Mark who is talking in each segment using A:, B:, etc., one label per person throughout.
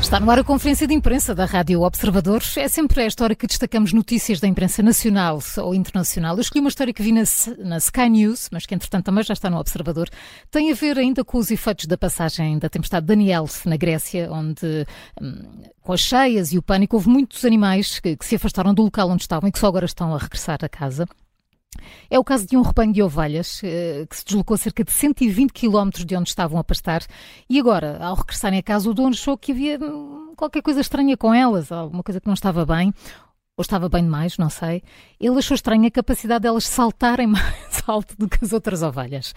A: Está no ar a conferência de imprensa da Rádio Observadores. É sempre a história que destacamos notícias da imprensa nacional ou internacional. Eu escolhi uma história que vi na, na Sky News, mas que entretanto também já está no Observador. Tem a ver ainda com os efeitos da passagem da tempestade Daniel na Grécia, onde hum, com as cheias e o pânico houve muitos animais que, que se afastaram do local onde estavam e que só agora estão a regressar a casa. É o caso de um rebanho de ovelhas eh, que se deslocou cerca de 120 quilómetros de onde estavam a pastar e agora, ao regressarem a casa, o dono achou que havia hum, qualquer coisa estranha com elas, alguma coisa que não estava bem, ou estava bem demais, não sei. Ele achou estranha a capacidade delas de saltarem mais alto do que as outras ovelhas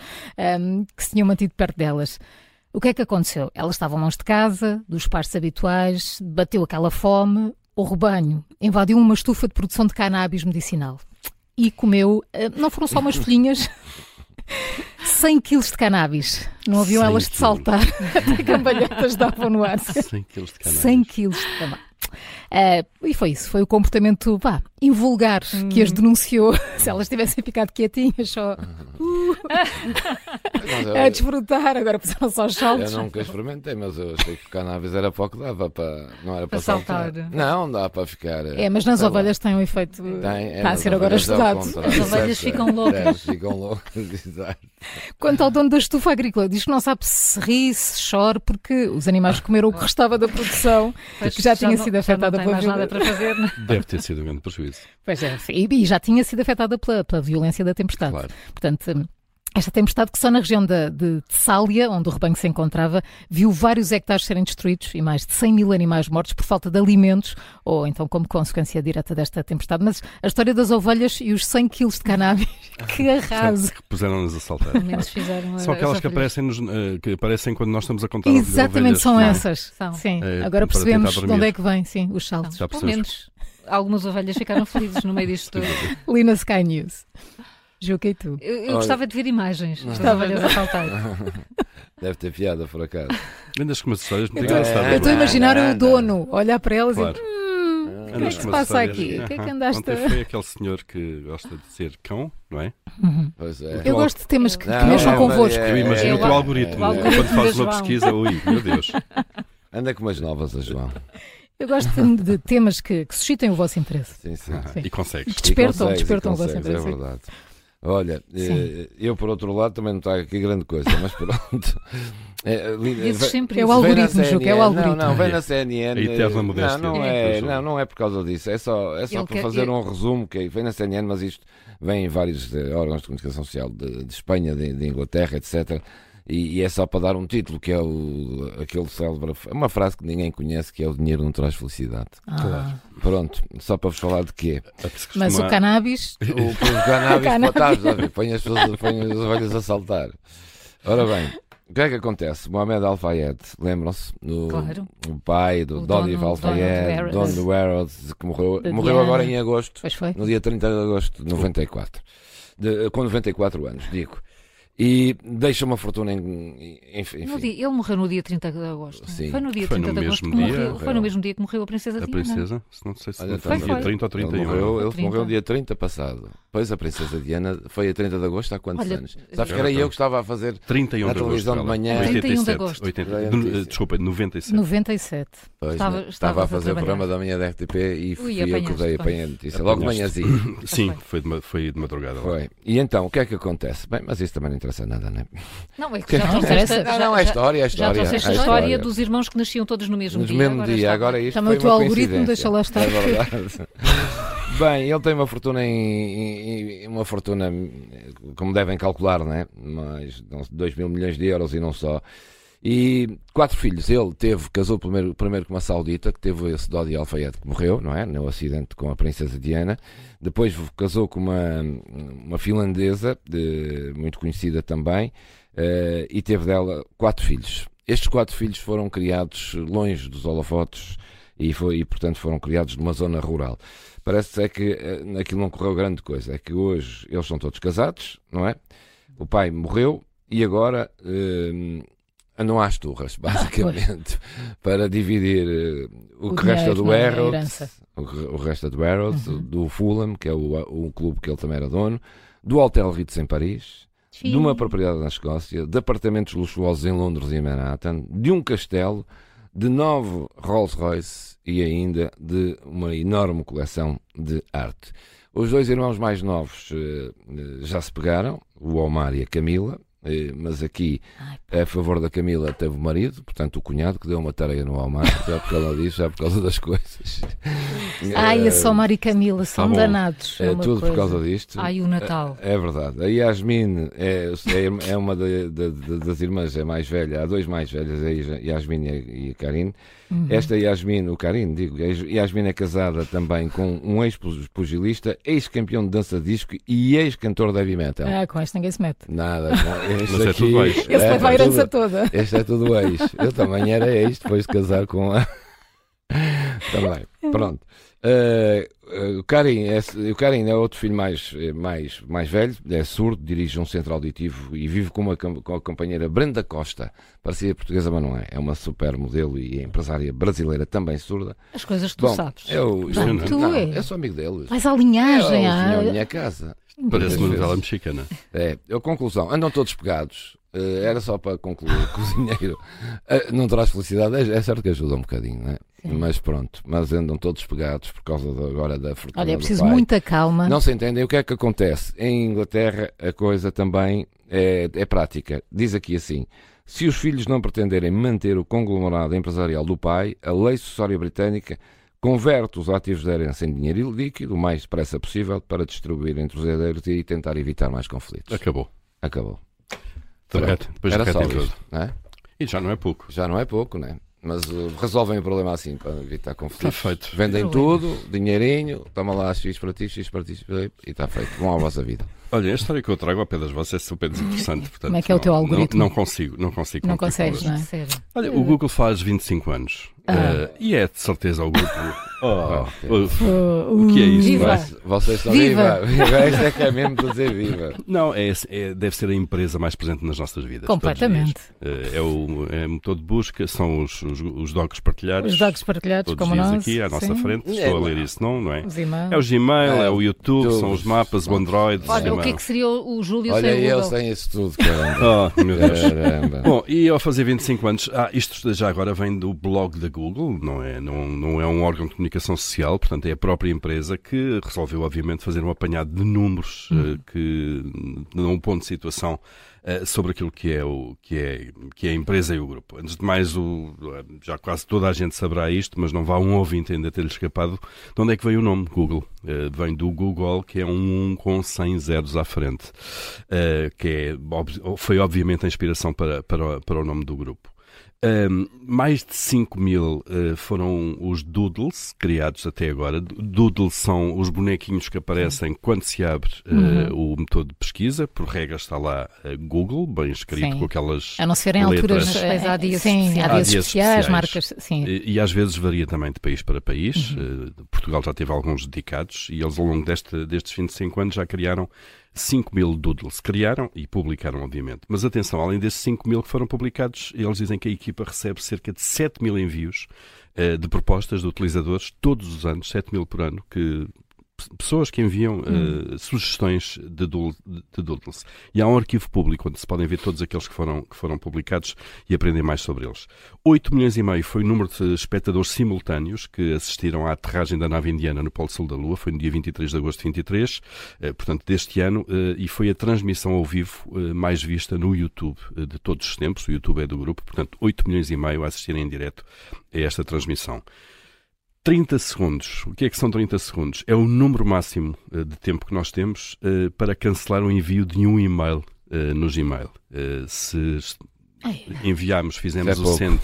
A: hum, que se tinham mantido perto delas. O que é que aconteceu? Elas estavam longe de casa, dos pares habituais, bateu aquela fome, o rebanho invadiu uma estufa de produção de cannabis medicinal e comeu, hum, não foram só umas folhinhas, 100 quilos de cannabis. Não haviam elas de
B: quilos.
A: saltar, até cambalhotas davam no ar.
B: 100 quilos
C: é
B: de cannabis.
A: 100 quilos de cannabis. Ah, e foi isso, foi o comportamento pá, invulgar que
D: Hum.
A: as denunciou. Se elas tivessem ficado quietinhas, só
C: Mas eu,
A: a desfrutar, agora puseram só os
C: Ah. eu
A: saltos.
C: nunca experimentei, mas eu achei que o cannabis era para o que dava para. Não era para
D: Para saltar.
C: saltar. Não, dá para ficar. eh,
A: É, mas nas
C: sei lá.
A: ovelhas tem um efeito.
C: Tem, é,
A: está a
C: nas
A: ser agora
C: ovelhas é ao
A: estudado.
C: contrário.
D: As ovelhas
C: Exato,
D: ficam
C: é.
D: loucas.
C: Elas ficam loucas, exato.
A: Quanto ao dono da estufa agrícola, diz que não sabe se ri, se chora, porque os animais comeram o que restava da produção.
D: Ah. Pois,
A: que já tinha
D: não-
A: sido
D: já
A: afetada
D: não tem
A: pela
D: mais
A: vida.
D: nada para fazer, não é?
B: Deve ter sido um grande prejuízo.
A: Pois é, e e já tinha sido afetada pela, pela violência da tempestade.
B: Claro.
A: Portanto, hum, esta tempestade que só na região da, de Tessália, onde o rebanho se encontrava, viu vários hectares serem destruídos e mais de 100 mil animais mortos por falta de alimentos ou então como consequência direta desta tempestade. Mas a história das ovelhas e os 100 quilos de cannabis, que arraso!
B: Que puseram-nos a saltar.
D: Pelo menos fizeram
B: São
D: a-
B: aquelas
D: as
B: que
D: ovelhas.
B: aparecem, nos, eh, que aparecem quando nós estamos a contar ao vídeo
A: Exatamente,
B: ovelhas,
A: são
B: não é?
A: essas.
D: São.
A: Sim,
B: É,
A: agora
B: para tentar
A: percebemos de onde
B: dormir.
A: é que vem, sim, os saltos.
B: Já
D: Pelo
B: percebes.
D: menos algumas ovelhas ficaram felizes no meio disto tudo.
A: Lina Sky News. é Juca e tu.
D: Eu, eu
C: Olha.
D: gostava de ver imagens das ovelhas a saltar.
C: Deve ter piada, por acaso.
B: Andas com umas histórias muito
A: Eu tô-
B: engraçadas. é?
A: Eu estou a imaginar o dono olhar para elas
B: Claro.
A: e. Hum,
C: Ah,
A: que é que
B: Andas
A: se
B: com umas
A: passa
B: histórias.
A: aqui? O que é que
B: Aham.
A: andaste
B: Ontem
A: a-
B: foi aquele senhor que gosta de dizer cão, não é?
C: Pois é.
A: Eu gosto de temas que, que
C: Não,
A: mexam
C: não,
A: convosco.
C: é-
B: Eu imagino
D: é
B: o teu
D: o-
B: algoritmo.
C: o
D: algoritmo
B: Quando fazes
D: da
B: uma
D: João.
B: pesquisa, ui, meu Deus.
C: Anda com umas novas, ó João.
A: Eu gosto de, de temas que, que suscitem o vosso interesse.
C: Sim, sim.
B: Ah, E consegues.
A: Que despertam,
C: E consegues,
A: despertam assim.
C: e
A: o vosso
C: consegues,
A: interesse.
C: É verdade. Olha, eh, eu por outro lado também não está aqui grande coisa, mas pronto. É, Lina,
D: Dizes
C: vai-
D: sempre
A: É o
D: isso.
C: Vem na
A: algoritmo, Juca, é o
C: CNN.
A: algoritmo.
C: Não, não, vem na CNN.
B: A eterna
C: eh,
B: modéstia.
C: Não, não
B: É.
C: é, não, não é por causa disso. É só, é só
D: Ele
C: para
D: quer-
C: fazer
D: ele-
C: um resumo. Que vem na CNN, mas isto vem em vários eh, órgãos de comunicação social de, de Espanha, de, de Inglaterra, etc. E, e é só para dar um título, que é o, aquele célebre. Uma frase que ninguém conhece, que é o dinheiro não traz felicidade.
A: Ah,
C: Pronto, só para vos falar de quê?
B: É que se costuma-
A: mas o cannabis.
C: O, o cannabis, estás a ver? Põe as, pessoas, põe as ovelhas a saltar. Ora bem, o que é que acontece? Mohamed Al-Fayed, lembram-se? No-
D: Claro.
C: O pai do
D: O
C: Donny
D: dono-
C: Al-Fayed,
D: dono
C: Don
D: do
C: de Warrods, que morreu,
A: Da
C: morreu
A: Diana.
C: agora em agosto,
A: Pois foi.
C: no dia 30 de agosto de 94. De, com 94 anos, digo. E deixa uma fortuna em. Enfim.
D: No dia- ele morreu no dia 30 de agosto. não é?
C: Sim.
D: Foi no dia
B: Foi
D: 30
B: no
D: de agosto
B: mesmo
D: que
B: dia,
D: morreu. Foi
C: morreu.
D: no mesmo dia que morreu a princesa
B: A
D: Diana.
B: princesa, se não sei se
C: Olha,
B: não foi
D: foi,
B: dia
D: foi.
B: 30 ou
C: Ele
B: 31.
C: morreu, ele
D: 30.
C: morreu dia 30 passado. Pois a Princesa Diana foi a 30 de agosto há quantos
D: Olha,
C: anos? Sabes que era eu que estava a fazer
B: 31
C: Na
B: de agosto.
C: televisão de
B: ela.
C: manhã.
D: 31 de
B: 87,
D: agosto.
B: 80,
C: Bem,
B: de-
C: sim.
B: desculpa, 97.
A: 97.
C: Pois,
D: Estava-
C: né?
D: estavas
C: Estava
D: a
C: a fazer o
D: trabalhar.
C: programa da manhã da RTP e fui eu que
D: apanhaste,
C: dei
D: pois.
C: apanhei a notícia. Logo de
B: Apanhaste.
C: manhãzinho.
B: Sim, foi de, ma- foi de madrugada. lá.
C: Foi. E então, o que é que acontece? Bem, mas isso também não interessa nada, né?
D: Não, é que
C: Que-
D: já
A: Não,
D: trouxeste
A: interessa.
C: Não,
D: já-
C: não, é
D: já-
C: história, é
D: Já
C: história.
D: trouxeste a
C: é
D: história dos irmãos que nasciam todos no mesmo
C: Nos
D: dia.
C: mesmo dia,
D: está-
C: agora é isto
A: Também
C: foi
A: o teu
C: uma
A: algoritmo
C: coincidência.
A: deixa lá estar.
C: É verdade. Bem, ele tem uma fortuna em, em- uma fortuna, como devem calcular, né? Mais 2 mil milhões de euros e não só. E quatro filhos. Ele teve, casou primeiro, primeiro com uma saudita, que teve esse Dodi Alfayed que morreu, não é? No acidente com a princesa Diana. Depois casou com uma, uma finlandesa, de- muito conhecida também, eh, e teve dela quatro filhos. Estes quatro filhos foram criados longe dos holofotes e, foi, e portanto foram criados numa zona rural. Parece é que eh, aquilo não correu grande coisa. É que hoje eles são todos casados, não é? O pai morreu e agora eh, andam às turras, basicamente, para dividir eh, o,
A: O
C: que resta
A: dinheiro,
C: do
A: não é? A
C: Harold
A: herança. Uhum.
C: o, re- o resto é do Barrows, do Fulham, que é o, o clube que ele também era dono, do Hotel Ritz em Paris, de uma propriedade na Escócia, de apartamentos luxuosos em Londres e em Manhattan, de um castelo, de nove Rolls Royce e ainda de uma enorme coleção de arte. Os dois irmãos mais novos eh, eh, já se pegaram, o Omar e a Camila, eh, mas aqui
A: Ai,
C: a favor da Camila teve o marido, portanto o cunhado, que deu uma tareia no Omar, já por causa disso, já por causa das coisas.
A: Ai,
C: Eh,
A: a Somar e Camila são
C: tá bom.
A: danados.
C: eh,
A: numa
C: tudo por
A: coisa.
C: causa disto.
D: Ai, o Natal.
C: É verdade. A Yasmin é, é- é uma da- da- da- das irmãs, é mais velha. Há dois mais velhas, a Isa- Yasmin e a, e a Karine.
A: Uhum.
C: Esta Yasmin, o Karine, digo, a Yasmin é casada também com um ex-pugilista, ex-campeão de dança disco e ex-cantor de heavy metal.
A: Ah, com esta ninguém se mete.
C: Nada, não. este
B: Mas é
C: aqui-
B: tudo ex. Esse
A: Esse leva a
C: tudo-
A: herança toda.
C: este é tudo ex. Eu também era ex depois de casar com a. também. Pronto. Eh, eh, o, Karim é, o Karim é outro filho mais, eh, mais, mais velho, é surdo, dirige um centro auditivo e vive com, uma, cam- com a companheira Brenda Costa, parecia portuguesa, mas não é. É uma super modelo e empresária brasileira também surda.
D: As coisas que tu
C: Bom, é
D: sabes.
C: eu,
B: Não,
C: não,
A: tu
C: não,
A: és.
C: eu sou amigo deles. É
A: Faz a
C: Eu
A: linhagem.
C: tinha a
A: ah,
C: minha casa.
B: Parece uma
C: Sim.
B: novela mexicana.
A: Tá
C: É, eu, conclusão, andam todos pegados. Eh, era só para concluir, cozinheiro. Eh, não traz felicidade, é, é certo que ajuda um bocadinho, né? Mas pronto, mas andam todos pegados por causa da- agora da fortuna.
A: Olha, é
C: do
A: preciso
C: pai.
A: muita calma.
C: Não se entendem o que é que acontece. Em Inglaterra, a coisa também é, é prática. Diz aqui assim: se os filhos não pretenderem manter o conglomerado empresarial do pai, a lei sucessória britânica converte os ativos da herança em dinheiro líquido o mais depressa possível para distribuir entre os herdeiros e tentar evitar mais conflitos.
A: Tá
B: Acabou.
C: Acabou.
B: Trocate. Depois
C: Era só
B: recatem tudo.
C: isto, não é?
B: E já não é pouco.
C: Já não é pouco, né? Mas uh, resolvem o problema assim para
A: Tá.
B: Está
C: evitar conflitos.
B: feito.
C: Vendem
D: Problema.
C: tudo, dinheirinho, toma lá X para ti, X para ti, X para ti, e está feito. Vão à vossa vida.
B: Olha, a história que eu trago ao pé das vossas é super desinteressante. Portanto,
A: Como é que é o teu
B: não-
A: algoritmo?
B: Não, não consigo, não consigo.
A: Não
B: contar com
A: consegues, Ah.
B: eles.
A: não é?
D: Sério.
B: Olha, o Google faz 25 anos. Eh, e é de certeza o grupo. Oh,
C: Ok.
B: oh,
A: Uh,
B: o que é isto?
D: Viva.
B: não é?
C: Vocês- Vocês estão
A: Viva.
C: viva! Viva! Isto é que é mesmo de dizer viva.
B: Não, é, é- deve ser a empresa mais presente nas nossas vidas.
A: Completamente.
B: todos os dias. Eh, É o, é o motor de busca, são os, os, os docs partilhados.
A: Os dados partilhados,
B: todos os
A: como
B: dias
A: nós.
B: aqui à nossa
A: sim.
B: frente.
C: É,
B: Estou a ler isso, não, não é?
A: Os e-mails.
B: É o Gmail, é o YouTube,
C: todos.
B: são os mapas, o Android. os
D: Olha, o que é
B: e-mails.
D: que seria o o Júlio
C: Olha,
D: sem o
C: eu
D: Google?
C: sem isso tudo, caramba.
B: Oh, meu Deus.
C: Caramba.
B: Bom, e ao fazer 25 anos, ah, isto já agora vem do blog da Google, não é, não, não é um órgão de comunicação social, portanto é a própria empresa que resolveu, obviamente, fazer um apanhado de números eh, que hum, dão um ponto de situação eh, sobre aquilo que é, o, que, é, que é a empresa e o grupo. Antes de mais, o, já quase toda a gente saberá isto, mas não vá um ouvinte ainda ter-lhe escapado, de onde é que vem o nome Google? Eh, vem do Google, que é um 1 com 100 zeros à frente, eh, que é, ob- foi obviamente a inspiração para, para, o- para o nome do grupo. Ahm, mais de 5 mil eh, foram os doodles criados até agora. Do- Doodles são os bonequinhos que aparecem quando se abre eh, o motor de pesquisa. Por regra está lá eh, Google, bem escrito
A: Sim. É
B: com aquelas
A: A não serem
B: Letras.
A: alturas. eh,
D: Mas depois há dias
A: sim,
D: especiais.
A: há dias
B: Há dias
A: especiais,
B: especiais.
A: marcas. Sim.
B: E, e às vezes varia também de país para país. Eh, Portugal já teve alguns dedicados e eles ao longo deste, destes 25 anos já criaram 5 mil doodles. Criaram e publicaram, obviamente. Mas atenção, além desses 5 mil que foram publicados, eles dizem que a equipa recebe cerca de 7 mil envios eh, de propostas de utilizadores todos os anos, 7 mil por ano, que pessoas que enviam eh, sugestões de, doodle- de doodles. E há um arquivo público onde se podem ver todos aqueles que foram, que foram publicados e aprender mais sobre eles. 8 milhões e meio foi o número de espectadores simultâneos que assistiram à aterragem da nave indiana no Polo Sul da Lua, foi no dia 23 de agosto de 23, eh, portanto, deste ano, eh, e foi a transmissão ao vivo eh, mais vista no YouTube eh, de todos os tempos. O YouTube é do grupo, portanto, 8 milhões e meio a assistirem em direto a esta transmissão. 30 segundos. O que é que são 30 segundos? É o número máximo eh, de tempo que nós temos eh, para cancelar o envio de um e-mail eh, no Gmail. Eh, se est-
A: Ai,
B: enviámos, fizemos
C: Isso é
B: o
C: pouco.
B: send,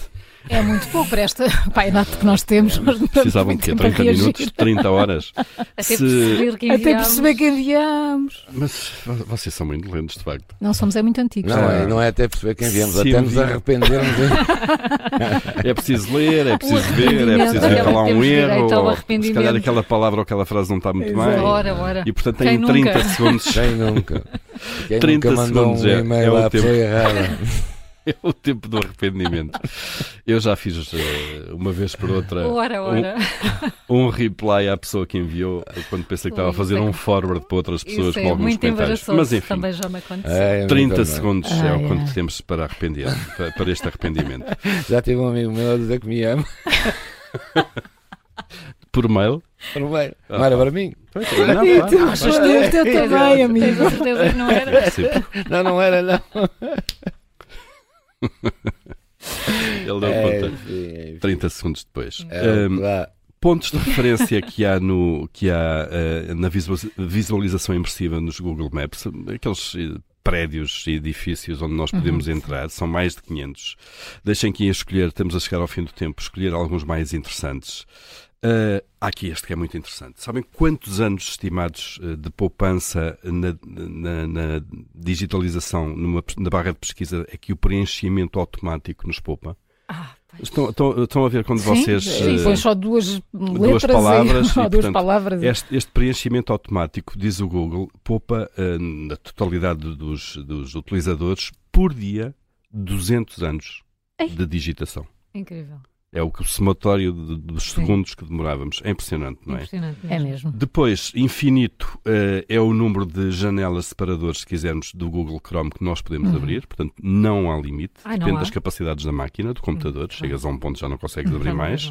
A: É muito pouco para esta painada que nós temos. mas não
B: É, precisavam de quê?
A: tem tempo a
B: 30
A: reagir.
B: minutos? 30 horas?
D: Até
B: Se-
D: perceber que
A: Até
D: enviámos.
A: perceber que enviamos.
B: Mas vo- vocês são muito lentos, de facto.
A: Não somos é muito antigos.
C: Não é, não é até perceber quem viemos,
B: Se
C: até nos
B: enviar.
C: arrependermos. hein?
B: É preciso ler, é preciso ver, é
D: arrependimento,
B: preciso
D: olha,
B: ver que há lá um
D: temos
B: erro.
D: direito ao
B: ou se
D: arrependimento.
B: calhar aquela palavra ou aquela frase não está muito bem.
D: Ora, ora.
B: E portanto,
D: Quem
B: em
D: nunca?
B: 30 segundos
C: Quem nunca? Quem
B: 30
C: nunca mandou
B: segundos
C: um
B: é-
C: e-mail
B: é o
C: à
B: tempo.
C: pessoa errada?
B: É o tempo do arrependimento. Eu já fiz eh, uma vez por outra
D: Ora, ora.
B: um reply à pessoa que enviou quando pensei que estava a fazer
D: Isso é-
B: um forward para outras pessoas
D: Isso
B: com
D: é
B: alguns
D: muito
B: comentários.
D: embaraçoso.
B: Mas enfim,
D: Também Ah, já me aconteceu.
C: É,
B: 30
C: muito bem.
B: segundos é
A: Ai,
B: o quanto
A: ai.
B: temos para arrepender, para, para este arrependimento.
C: Já tive um amigo meu a dizer que me ama.
B: Por mail.
C: Não era não
B: Ah,
C: era para mim.
B: Não, pá,
A: Tu
B: não, pá,
A: respondeste, eu
C: É,
A: também,
C: é,
A: amigo.
D: Tens a certeza que não era?
B: é sempre.
C: Não, não era, não.
B: Ele deu
C: É,
B: conta.
C: enfim, enfim.
B: 30 segundos depois.
C: É,
B: Ahm,
C: lá.
B: pontos de referência que há, no, que há eh, na visualiza- visualização imersiva nos Google Maps, aqueles eh, prédios e edifícios onde nós podemos
A: Uhum.
B: entrar, são mais de 500. Deixem que escolher, estamos a chegar ao fim do tempo, escolher alguns mais interessantes. Eh, há aqui este que é muito interessante. Sabem quantos anos estimados eh, de poupança na, na- na digitalização, numa- na barra de pesquisa, é que o preenchimento automático nos poupa?
D: Ah, pois.
B: Estão, estão- estão a ver quando vocês.
A: Sim,
B: eh,
A: põe só duas letras e-
B: palavras
A: ou
B: e,
A: duas
B: portanto, é
A: palavras.
B: este, este preenchimento automático, diz o Google, poupa eh, na totalidade dos, dos utilizadores por dia 200 anos
D: Ei.
B: de digitação.
D: Incrível.
B: É o que o somatório de- dos
A: Sim.
B: segundos que demorávamos. É impressionante, não é?
D: Impressionante
A: É
D: mesmo.
A: mesmo.
B: Depois, infinito eh, é o número de janelas separadoras, se quisermos, do Google Chrome que nós podemos
A: Uhum.
B: abrir. Portanto, não há limite.
D: Ai, não
B: Depende
D: há?
B: das capacidades da máquina, do computador.
D: Hum,
B: Chegas a um ponto já não consegues
A: Uhum.
B: abrir mais.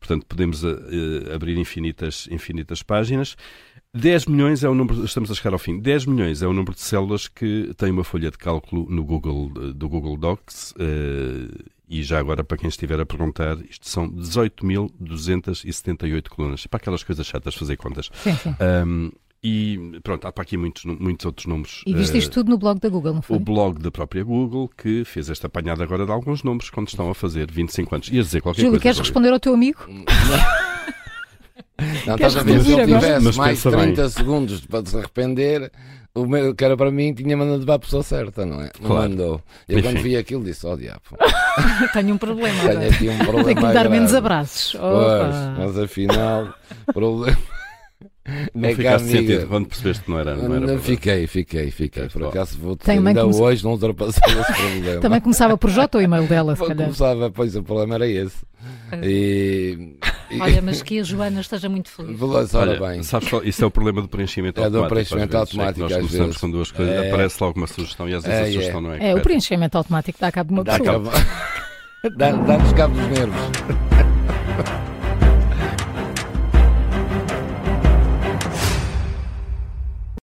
B: Portanto, podemos eh, abrir infinitas, infinitas páginas. 10 milhões é o número, estamos a chegar ao fim, 10 milhões é o número de células que têm uma folha de cálculo no Google, eh, do Google Docs. eh, e já agora, para quem estiver a perguntar, isto são 18.278 colunas. Para aquelas coisas chatas, fazer contas.
A: Sim, sim.
B: Ahm, e pronto, há para aqui muitos, nu- muitos outros números.
A: E viste
B: eh,
A: isto tudo no blog da Google, não foi?
B: o blog da própria Google, que fez esta apanhada agora de alguns números quando estão a fazer 25 anos. Ias dizer qualquer
A: Júlio,
B: é coisa.
A: queres
B: Zóia?
A: responder ao teu amigo?
C: Não, estás a ver,
A: Queres
C: se
A: reduzir
C: ele
A: agora?
C: tivesse
B: Mas
C: mais
B: pensa bem.
C: 30 segundos para se arrepender, o meu que era para mim tinha mandado para a pessoa certa, não é? Não
B: Claro.
C: Mandou. Eu
B: Enfim.
C: quando vi aquilo disse, ó diabo,
D: Tenho um problema
C: tenho
D: agora.
C: aqui um problema
A: Tem que
B: é
A: lhe dar
C: grave.
A: menos abraços.
C: Pois,
A: Opa.
C: mas afinal, problema.
B: Não
C: é que a
B: ficaste
C: amiga-
B: sentido quando percebeste que não era. Não era
C: Não,
B: verdade.
C: fiquei, fiquei, fiquei. Por
B: Bom.
C: acaso vou
A: Tem mãe
C: ainda
A: que me-
C: hoje não ultrapassei esse
B: é
C: problema.
A: Também começava por J ou e-mail dela, se
C: Quando
A: calhar.
C: começava, pois o problema era esse. E. e-
D: Olha, mas que a Joana esteja muito feliz.
C: Beleza, ora
B: Olha,
C: bem.
B: sabes qual, isso é o problema do preenchimento
C: É do
B: automático.
C: preenchimento
B: às vezes, é que
C: automático,
B: nós
C: às
B: começamos
C: vezes.
B: com duas coisas,
C: É.
B: aparece logo uma sugestão e às vezes
C: É,
B: a
C: é.
B: sugestão não é
A: É, o
B: correta.
A: preenchimento automático dá cabo de uma
C: Dá
A: pessoa.
C: cabo- Dá- Dá-nos cabo dos nervos.